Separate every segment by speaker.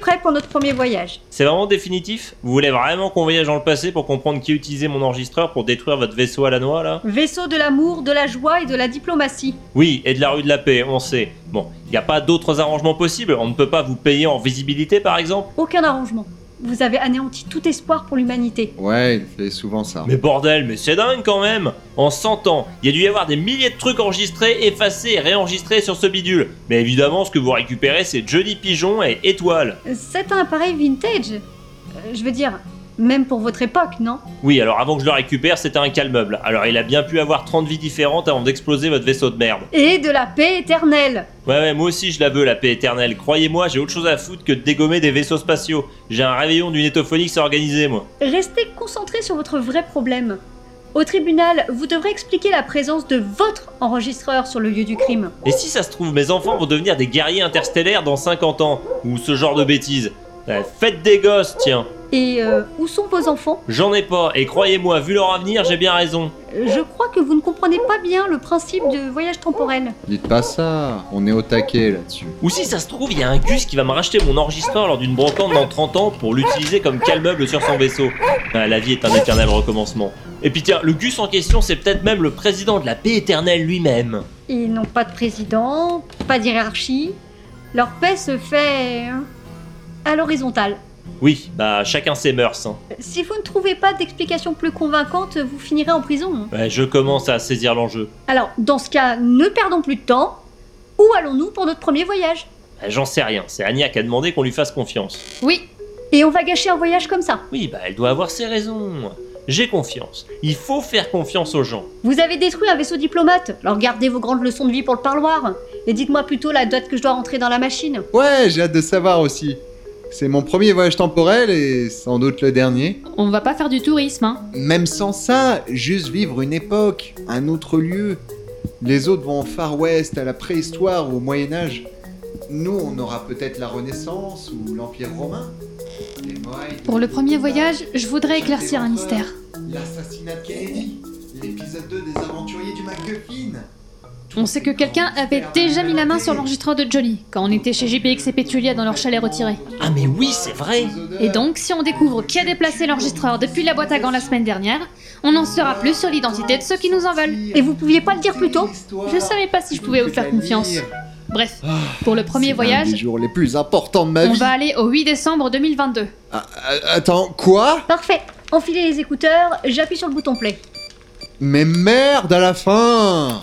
Speaker 1: prêt pour notre premier voyage.
Speaker 2: C'est vraiment définitif Vous voulez vraiment qu'on voyage dans le passé pour comprendre qui utilisait mon enregistreur pour détruire votre vaisseau à la noix là
Speaker 1: Vaisseau de l'amour, de la joie et de la diplomatie.
Speaker 2: Oui, et de la rue de la paix, on sait. Bon, il n'y a pas d'autres arrangements possibles On ne peut pas vous payer en visibilité par exemple
Speaker 1: Aucun arrangement. Vous avez anéanti tout espoir pour l'humanité.
Speaker 3: Ouais, il fait souvent ça.
Speaker 2: Mais bordel, mais c'est dingue quand même En 100 ans, il y a dû y avoir des milliers de trucs enregistrés, effacés et réenregistrés sur ce bidule. Mais évidemment, ce que vous récupérez, c'est Johnny Pigeon et Étoile.
Speaker 1: C'est un appareil vintage. Euh, je veux dire, même pour votre époque, non
Speaker 2: Oui, alors avant que je le récupère, c'était un calmeuble. Alors il a bien pu avoir 30 vies différentes avant d'exploser votre vaisseau de merde.
Speaker 1: Et de la paix éternelle.
Speaker 2: Ouais, ouais, moi aussi je la veux, la paix éternelle. Croyez-moi, j'ai autre chose à foutre que de dégommer des vaisseaux spatiaux. J'ai un réveillon d'une étophonix à organiser, moi.
Speaker 1: Restez concentré sur votre vrai problème. Au tribunal, vous devrez expliquer la présence de votre enregistreur sur le lieu du crime.
Speaker 2: Et si ça se trouve, mes enfants vont devenir des guerriers interstellaires dans 50 ans, ou ce genre de bêtises. Euh, faites des gosses, tiens.
Speaker 1: Et euh, où sont vos enfants
Speaker 2: J'en ai pas, et croyez-moi, vu leur avenir, j'ai bien raison.
Speaker 1: Euh, Je crois que vous ne comprenez pas bien le principe de voyage temporel.
Speaker 3: Dites pas ça, on est au taquet là-dessus.
Speaker 2: Ou si ça se trouve, il y a un gus qui va me racheter mon enregistreur lors d'une brocante dans 30 ans pour l'utiliser comme calmeuble sur son vaisseau. Ah, la vie est un éternel recommencement. Et puis tiens, le gus en question, c'est peut-être même le président de la paix éternelle lui-même.
Speaker 1: Ils n'ont pas de président, pas d'hiérarchie. Leur paix se fait euh, à l'horizontale.
Speaker 2: Oui, bah chacun ses mœurs. hein.
Speaker 1: Si vous ne trouvez pas d'explication plus convaincante, vous finirez en prison.
Speaker 2: Ouais, je commence à saisir l'enjeu.
Speaker 1: Alors, dans ce cas, ne perdons plus de temps. Où allons-nous pour notre premier voyage
Speaker 2: Bah, J'en sais rien, c'est Anya qui a demandé qu'on lui fasse confiance.
Speaker 1: Oui. Et on va gâcher un voyage comme ça.
Speaker 2: Oui, bah elle doit avoir ses raisons. J'ai confiance. Il faut faire confiance aux gens.
Speaker 1: Vous avez détruit un vaisseau diplomate, alors gardez vos grandes leçons de vie pour le parloir. Et dites-moi plutôt la date que je dois rentrer dans la machine.
Speaker 3: Ouais, j'ai hâte de savoir aussi. C'est mon premier voyage temporel et sans doute le dernier.
Speaker 4: On va pas faire du tourisme, hein.
Speaker 3: Même sans ça, juste vivre une époque, un autre lieu. Les autres vont au Far West, à la préhistoire ou au Moyen Âge. Nous, on aura peut-être la Renaissance ou l'Empire romain. Les Moaïs,
Speaker 4: Pour le premier voyage, je voudrais éclaircir un mystère.
Speaker 3: L'assassinat de Kennedy, l'épisode 2 des aventuriers du MacGuffin.
Speaker 4: On sait que quelqu'un avait déjà mis la main sur l'enregistreur de Johnny quand on était chez JPX et Petulia dans leur chalet retiré.
Speaker 2: Ah mais oui, c'est vrai.
Speaker 4: Et donc, si on découvre qui a déplacé l'enregistreur depuis la boîte à gants la semaine dernière, on en saura plus sur l'identité de ceux qui nous en veulent.
Speaker 1: Et vous pouviez pas le dire plus tôt
Speaker 4: Je savais pas si je pouvais vous faire confiance. Bref, pour le premier
Speaker 3: Un des
Speaker 4: voyage,
Speaker 3: jours les plus importants de ma
Speaker 4: on
Speaker 3: vie.
Speaker 4: va aller au 8 décembre 2022.
Speaker 3: Ah, ah, attends, quoi
Speaker 1: Parfait. Enfilez les écouteurs, j'appuie sur le bouton play.
Speaker 3: Mais merde à la fin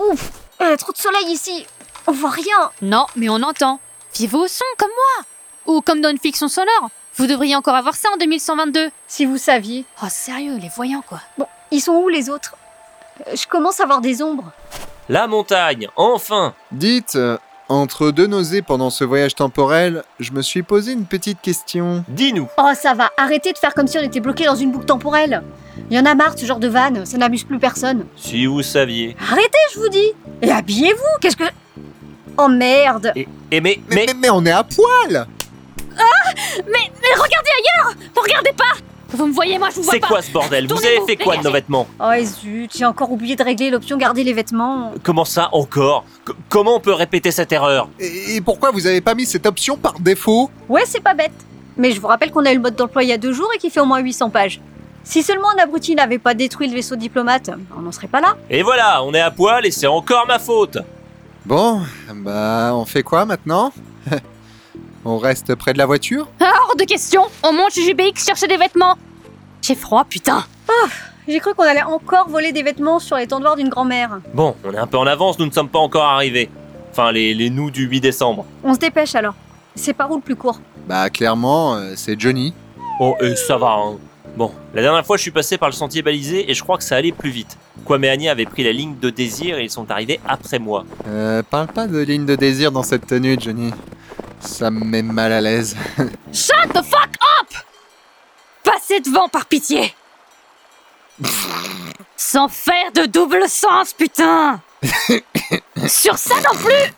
Speaker 5: Euh, trop de soleil ici. On voit rien.
Speaker 4: Non, mais on entend. Vivez au son, comme moi Ou comme dans une fiction sonore Vous devriez encore avoir ça en 2122.
Speaker 1: Si vous saviez.
Speaker 4: Oh, sérieux, les voyants, quoi.
Speaker 1: Bon, ils sont où les autres Euh, Je commence à voir des ombres.
Speaker 2: La montagne, enfin.
Speaker 3: Dites, euh, entre deux nausées pendant ce voyage temporel, je me suis posé une petite question.
Speaker 2: Dis-nous.
Speaker 1: Oh, ça va, arrêtez de faire comme si on était bloqué dans une boucle temporelle. Il y en a marre de ce genre de vanne, ça n'amuse plus personne.
Speaker 2: Si vous saviez.
Speaker 1: Arrêtez, je vous dis Et habillez-vous, qu'est-ce que. Oh merde
Speaker 2: Et, et Eh, mais,
Speaker 3: Mais,
Speaker 2: mais,
Speaker 3: mais, mais on est à poil
Speaker 5: Mais regardez ailleurs Vous regardez pas
Speaker 4: Vous me voyez, moi, je vous vois
Speaker 2: c'est
Speaker 4: pas.
Speaker 2: quoi ce bordel Vous avez
Speaker 4: Tournez-vous,
Speaker 2: fait quoi de nos vêtements
Speaker 1: Oh et zut, j'ai encore oublié de régler l'option garder les vêtements.
Speaker 2: Comment ça encore C- Comment on peut répéter cette erreur
Speaker 3: et, et pourquoi vous avez pas mis cette option par défaut
Speaker 1: Ouais, c'est pas bête. Mais je vous rappelle qu'on a eu le mode d'emploi il y a deux jours et qui fait au moins 800 pages. Si seulement un abruti n'avait pas détruit le vaisseau diplomate, on n'en serait pas là.
Speaker 2: Et voilà, on est à poil et c'est encore ma faute.
Speaker 3: Bon, bah on fait quoi maintenant On reste près de la voiture
Speaker 4: Ah, hors de question On monte chez GBX chercher des vêtements J'ai froid, putain
Speaker 1: J'ai cru qu'on allait encore voler des vêtements sur les tendoirs d'une grand-mère.
Speaker 2: Bon, on est un peu en avance, nous ne sommes pas encore arrivés. Enfin, les, les nous du 8 décembre.
Speaker 1: On se dépêche alors. C'est par où le plus court
Speaker 3: Bah clairement, euh, c'est Johnny.
Speaker 2: Oh, et ça va, hein. Bon, la dernière fois, je suis passé par le sentier balisé et je crois que ça allait plus vite. Kwame et Anya avaient pris la ligne de désir et ils sont arrivés après moi.
Speaker 3: Euh, parle pas de ligne de désir dans cette tenue, Johnny. Ça me met mal à l'aise.
Speaker 4: Shut the fuck up Passez devant, par pitié Sans faire de double sens, putain Sur ça non plus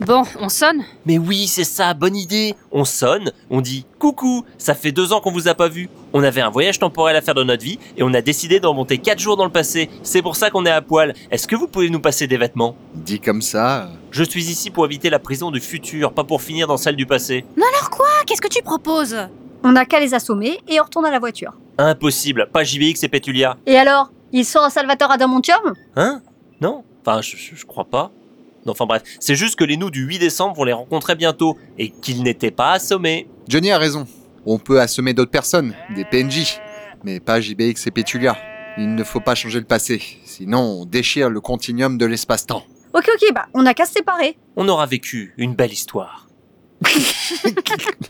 Speaker 4: Bon, on sonne
Speaker 2: Mais oui, c'est ça, bonne idée. On sonne, on dit coucou, ça fait deux ans qu'on vous a pas vu. On avait un voyage temporel à faire dans notre vie et on a décidé d'en monter quatre jours dans le passé. C'est pour ça qu'on est à poil. Est-ce que vous pouvez nous passer des vêtements
Speaker 3: Dit comme ça, euh,
Speaker 2: Je suis ici pour éviter la prison du futur, pas pour finir dans celle du passé.
Speaker 4: Ah, qu'est-ce que tu proposes
Speaker 1: On n'a qu'à les assommer et on retourne à la voiture.
Speaker 2: Impossible, pas JBX et Petulia.
Speaker 1: Et alors Ils sont à Salvatore Adamantium
Speaker 2: Hein Non Enfin, je, je- je crois pas. Non, Enfin bref, c'est juste que les nous du 8 décembre vont les rencontrer bientôt et qu'ils n'étaient pas assommés.
Speaker 3: Johnny a raison. On peut assommer d'autres personnes, des PNJ, mais pas JBX et Pétulia. Il ne faut pas changer le passé, sinon on déchire le continuum de l'espace-temps.
Speaker 1: Ok, ok, bah on n'a qu'à se séparer.
Speaker 2: On aura vécu une belle histoire.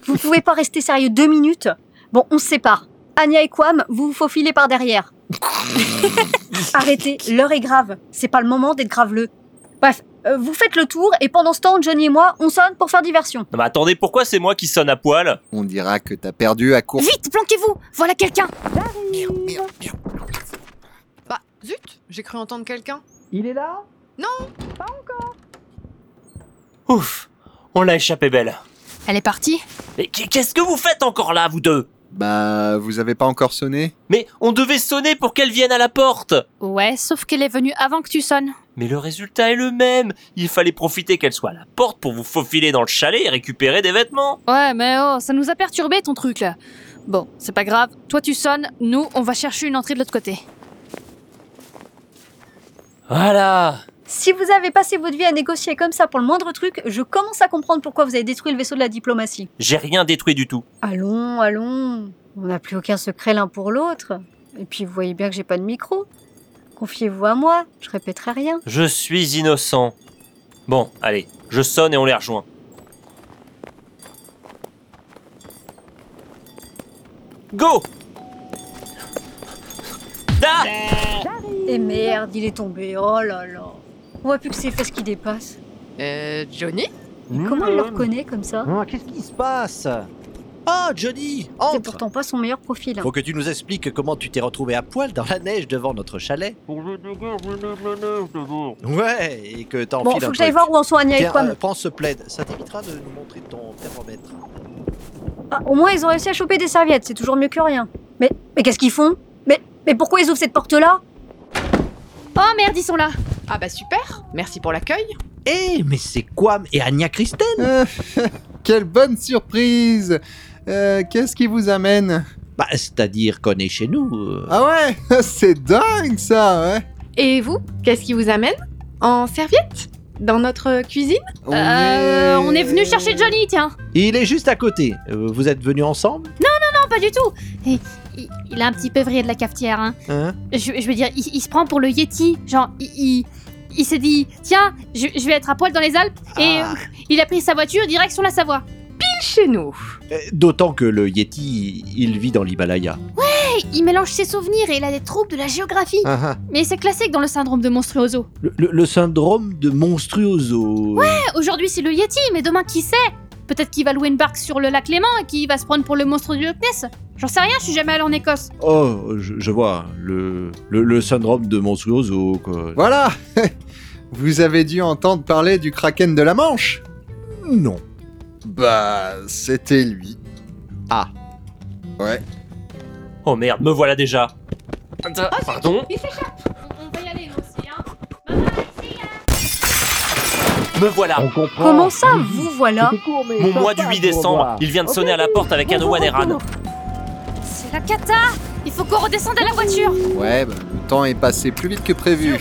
Speaker 1: Vous pouvez pas rester sérieux deux minutes Bon, on se sépare. Anya et Kwam, vous vous faufilez par derrière. Arrêtez, l'heure est grave. C'est pas le moment d'être graveleux. Bref, euh, vous faites le tour et pendant ce temps, Johnny et moi, on sonne pour faire diversion.
Speaker 2: Non mais attendez, pourquoi c'est moi qui sonne à poil
Speaker 3: On dira que t'as perdu à court.
Speaker 4: Vite, planquez-vous Voilà quelqu'un
Speaker 6: Bah, zut, j'ai cru entendre quelqu'un.
Speaker 7: Il est là
Speaker 2: Ouf, on l'a échappé belle.
Speaker 4: Elle est partie
Speaker 2: Mais qu- qu'est-ce que vous faites encore là, vous deux
Speaker 3: Bah, vous avez pas encore sonné
Speaker 2: Mais on devait sonner pour qu'elle vienne à la porte
Speaker 4: Ouais, sauf qu'elle est venue avant que tu sonnes.
Speaker 2: Mais le résultat est le même Il fallait profiter qu'elle soit à la porte pour vous faufiler dans le chalet et récupérer des vêtements
Speaker 4: Ouais, mais oh, ça nous a perturbé ton truc là. Bon, c'est pas grave, toi tu sonnes, nous on va chercher une entrée de l'autre côté.
Speaker 2: Voilà
Speaker 1: Si vous avez passé votre vie à négocier comme ça pour le moindre truc, je commence à comprendre pourquoi vous avez détruit le vaisseau de la diplomatie.
Speaker 2: J'ai rien détruit du tout.
Speaker 1: Allons, allons. On n'a plus aucun secret l'un pour l'autre. Et puis vous voyez bien que j'ai pas de micro. Confiez-vous à moi, je répéterai rien.
Speaker 2: Je suis innocent. Bon, allez, je sonne et on les rejoint. Go Ah
Speaker 1: Et Eh merde, il est tombé. Oh là là. On voit plus que ses fesses qui dépassent.
Speaker 6: Euh, Johnny
Speaker 8: Mmh.
Speaker 1: Comment il le reconnaît comme ça
Speaker 7: Ah, Qu'est-ce qui se passe
Speaker 8: Ah, Johnny,
Speaker 1: C'est
Speaker 8: entre
Speaker 1: pourtant pas son meilleur profil.
Speaker 8: Faut que tu nous expliques comment tu t'es retrouvé à poil dans la neige devant notre chalet.
Speaker 2: Oh
Speaker 8: Ouais, et que t'as
Speaker 1: Bon,
Speaker 8: enfiles
Speaker 1: faut
Speaker 8: un
Speaker 1: que j'aille
Speaker 8: truc.
Speaker 1: voir où en sont Anya et
Speaker 8: Tiens,
Speaker 1: Kwam.
Speaker 8: euh, prends ce plaid, ça t'évitera de nous montrer ton thermomètre.
Speaker 1: Ah, au moins, ils ont réussi à choper des serviettes, c'est toujours mieux que rien. Mais, mais qu'est-ce qu'ils font mais, mais pourquoi ils ouvrent cette porte-là
Speaker 9: Oh merde, ils sont là
Speaker 6: Ah bah super, merci pour l'accueil.
Speaker 8: Eh, mais c'est Quam et Anya Christen
Speaker 3: Euh, Quelle bonne surprise Euh, Qu'est-ce qui vous amène
Speaker 8: Bah, c'est-à-dire qu'on est chez nous. euh.
Speaker 3: Ah ouais C'est dingue ça, ouais
Speaker 6: Et vous, qu'est-ce qui vous amène En serviette Dans notre cuisine
Speaker 3: On
Speaker 4: Euh, on est venu chercher Johnny, tiens
Speaker 8: Il est juste à côté. Euh, Vous êtes venus ensemble
Speaker 4: Non, pas du tout il, il- il a un petit peu vrillé de la cafetière, hein.
Speaker 8: Hein
Speaker 4: Je, je veux dire, il, il se prend pour le Yeti. Genre, il, il- il s'est dit, tiens, je, je vais être à poil dans les Alpes. Et
Speaker 8: Ah.
Speaker 4: euh, il a pris sa voiture direction la Savoie.
Speaker 6: Chez nous.
Speaker 8: Euh, D'autant que le Yeti, il vit dans l'Himalaya.
Speaker 4: Et il mélange ses souvenirs et il a des troubles de la géographie.
Speaker 8: Ah, ah.
Speaker 4: Mais c'est classique dans le syndrome de Monstruoso.
Speaker 8: Le, le- le syndrome de monstruoso. Ouais
Speaker 4: Eh, Aujourd'hui, c'est le Yeti, mais demain, qui sait Peut-être qu'il va louer une barque sur le lac Léman et qu'il va se prendre pour le monstre du Loch Ness. J'en sais rien, je suis jamais allée en Écosse.
Speaker 8: Oh, je, je vois, le, le, le syndrome de monstruoso, quoi.
Speaker 3: Voilà Vous avez dû entendre parler du Kraken de la Manche
Speaker 8: Non.
Speaker 3: Bah, c'était lui.
Speaker 8: Ah.
Speaker 3: Ouais.
Speaker 2: Oh merde, me voilà déjà. Pardon
Speaker 4: On va y aller, aussi, hein.
Speaker 2: Me voilà
Speaker 7: On comprend.
Speaker 1: Comment ça, vous voilà
Speaker 7: C'était court, mais
Speaker 2: Mon mois du
Speaker 7: sympa
Speaker 2: 8
Speaker 7: pour
Speaker 2: décembre,
Speaker 7: voir.
Speaker 2: il vient de sonner à la porte avec Anowan et Ran.
Speaker 4: C'est la cata Il faut qu'on redescende à la voiture
Speaker 3: Ouais, bah, le temps est passé plus vite que prévu.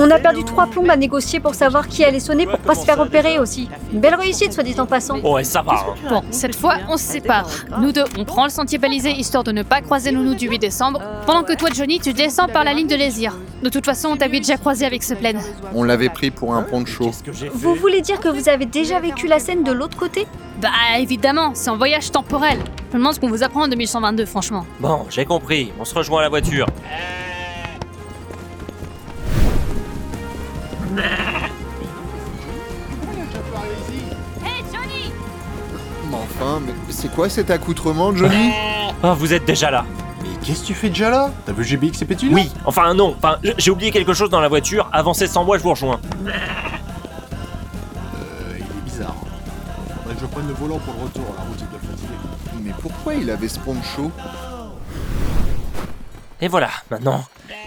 Speaker 1: On a perdu trois plombes à négocier pour savoir qui allait sonner pour pas se faire repérer aussi. Une belle réussite, soit dit en passant.
Speaker 2: Ouais, ça va. hein.
Speaker 4: Bon, cette fois, on se sépare. Nous deux, on prend le sentier balisé histoire de ne pas croiser Nounou du 8 décembre, pendant que toi, Johnny, tu descends par la ligne de désir. De toute façon, on t'avait déjà croisé avec ce plaid.
Speaker 3: On l'avait pris pour un poncho.
Speaker 1: Vous voulez dire que vous avez déjà vécu la scène de l'autre côté
Speaker 4: Bah, évidemment, c'est un voyage temporel. Je me demande ce qu'on vous apprend en 2122, franchement.
Speaker 2: Bon, j'ai compris, on se rejoint à la voiture.
Speaker 4: Hey, Johnny
Speaker 3: Mais enfin, mais c'est quoi cet accoutrement, Johnny
Speaker 2: Ah, Oh, vous êtes déjà là.
Speaker 3: Mais
Speaker 10: Qu'est-ce que tu fais déjà là T'as vu GBX et Pétunia
Speaker 2: Oui, enfin non, enfin, j- j'ai oublié quelque chose dans la voiture, avancez sans moi, je vous rejoins.
Speaker 10: Euh, il est bizarre. Faudrait que je prenne le volant pour le retour, la route il doit le fatiguer.
Speaker 3: Mais pourquoi il avait ce poncho
Speaker 2: Et voilà, maintenant,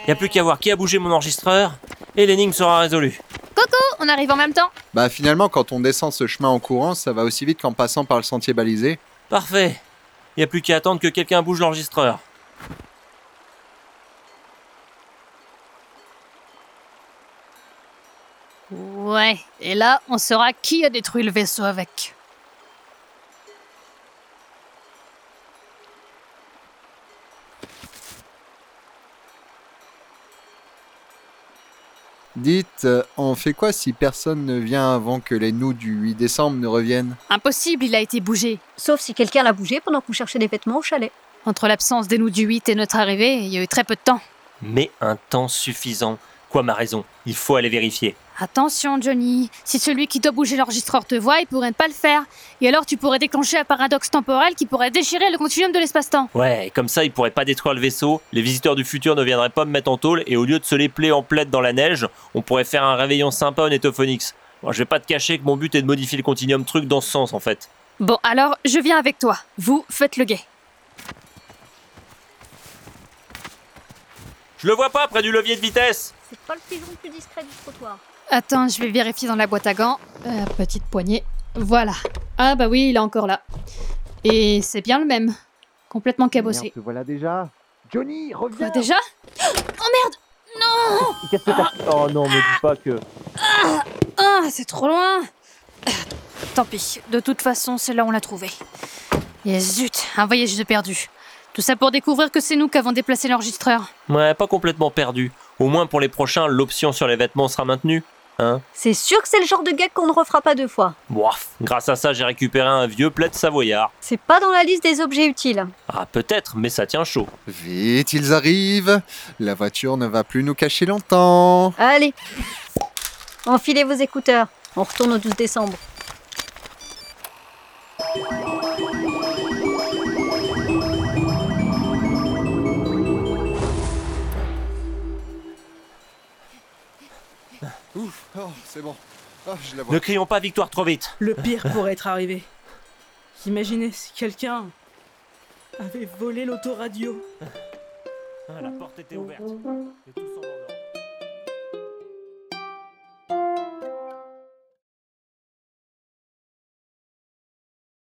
Speaker 2: y a plus qu'à voir qui a bougé mon enregistreur, et l'énigme sera résolue.
Speaker 4: Oh, On arrive en même temps
Speaker 3: Bah finalement, quand on descend ce chemin en courant, ça va aussi vite qu'en passant par le sentier balisé.
Speaker 2: Parfait. Y a plus qu'à attendre que quelqu'un bouge l'enregistreur.
Speaker 4: Ouais. Et là, on saura qui a détruit le vaisseau avec.
Speaker 3: Dites, euh, on fait quoi si personne ne vient avant que les nous du 8 décembre ne reviennent
Speaker 4: Impossible, il a été bougé.
Speaker 1: Sauf si quelqu'un l'a bougé pendant qu'on cherchait des vêtements au chalet.
Speaker 4: Entre l'absence des nous du 8 et notre arrivée, il y a eu très peu de temps.
Speaker 2: Mais un temps suffisant. Quoi ma raison Il faut aller vérifier.
Speaker 4: Attention, Johnny. Si celui qui doit bouger l'enregistreur te voit, il pourrait ne pas le faire. Et alors, tu pourrais déclencher un paradoxe temporel qui pourrait déchirer le continuum de l'espace-temps.
Speaker 2: Ouais, comme ça ils pourraient pas détruire le vaisseau, les visiteurs du futur ne viendraient pas me mettre en tôle et au lieu de se les plaies en plaide dans la neige, on pourrait faire un réveillon sympa en étophonix. Moi je vais pas te cacher que mon but est de modifier le continuum truc dans ce sens en fait.
Speaker 4: Bon, alors, je viens avec toi. Vous, faites le guet.
Speaker 2: Je le vois pas près du levier de vitesse
Speaker 1: C'est pas le pigeon le plus discret du trottoir.
Speaker 4: Attends, je vais vérifier dans la boîte à gants. Euh, petite poignée. Voilà. Ah bah oui, il est encore là. Et c'est bien le même. Complètement cabossé.
Speaker 7: Merde, te voilà déjà. Johnny,
Speaker 4: Quoi
Speaker 7: reviens
Speaker 4: déjà
Speaker 7: Qu'est-ce que t'as Oh non, me dis pas que...
Speaker 4: Ah, c'est trop loin Ah, Tant pis, de toute façon, c'est là où on l'a trouvé. Et zut, un voyage de perdu. Tout ça pour découvrir que c'est nous qui avons déplacé l'enregistreur.
Speaker 2: Ouais, pas complètement perdu. Au moins pour les prochains, l'option sur les vêtements sera maintenue. Hein
Speaker 1: C'est sûr que c'est le genre de gag qu'on ne refera pas deux fois.
Speaker 2: Boif, grâce à ça j'ai récupéré un vieux plaid savoyard.
Speaker 1: C'est pas dans la liste des objets utiles.
Speaker 2: Ah peut-être, mais ça tient chaud.
Speaker 3: Vite, ils arrivent La voiture ne va plus nous cacher longtemps
Speaker 1: Allez, enfilez vos écouteurs. On retourne au 12 décembre.
Speaker 3: Ouf, oh, c'est bon. Oh, je la vois.
Speaker 2: Ne crions pas victoire trop vite.
Speaker 11: Le pire pourrait être arrivé. Imaginez si quelqu'un avait volé l'autoradio.
Speaker 2: Ah, la porte était ouverte. Et tout-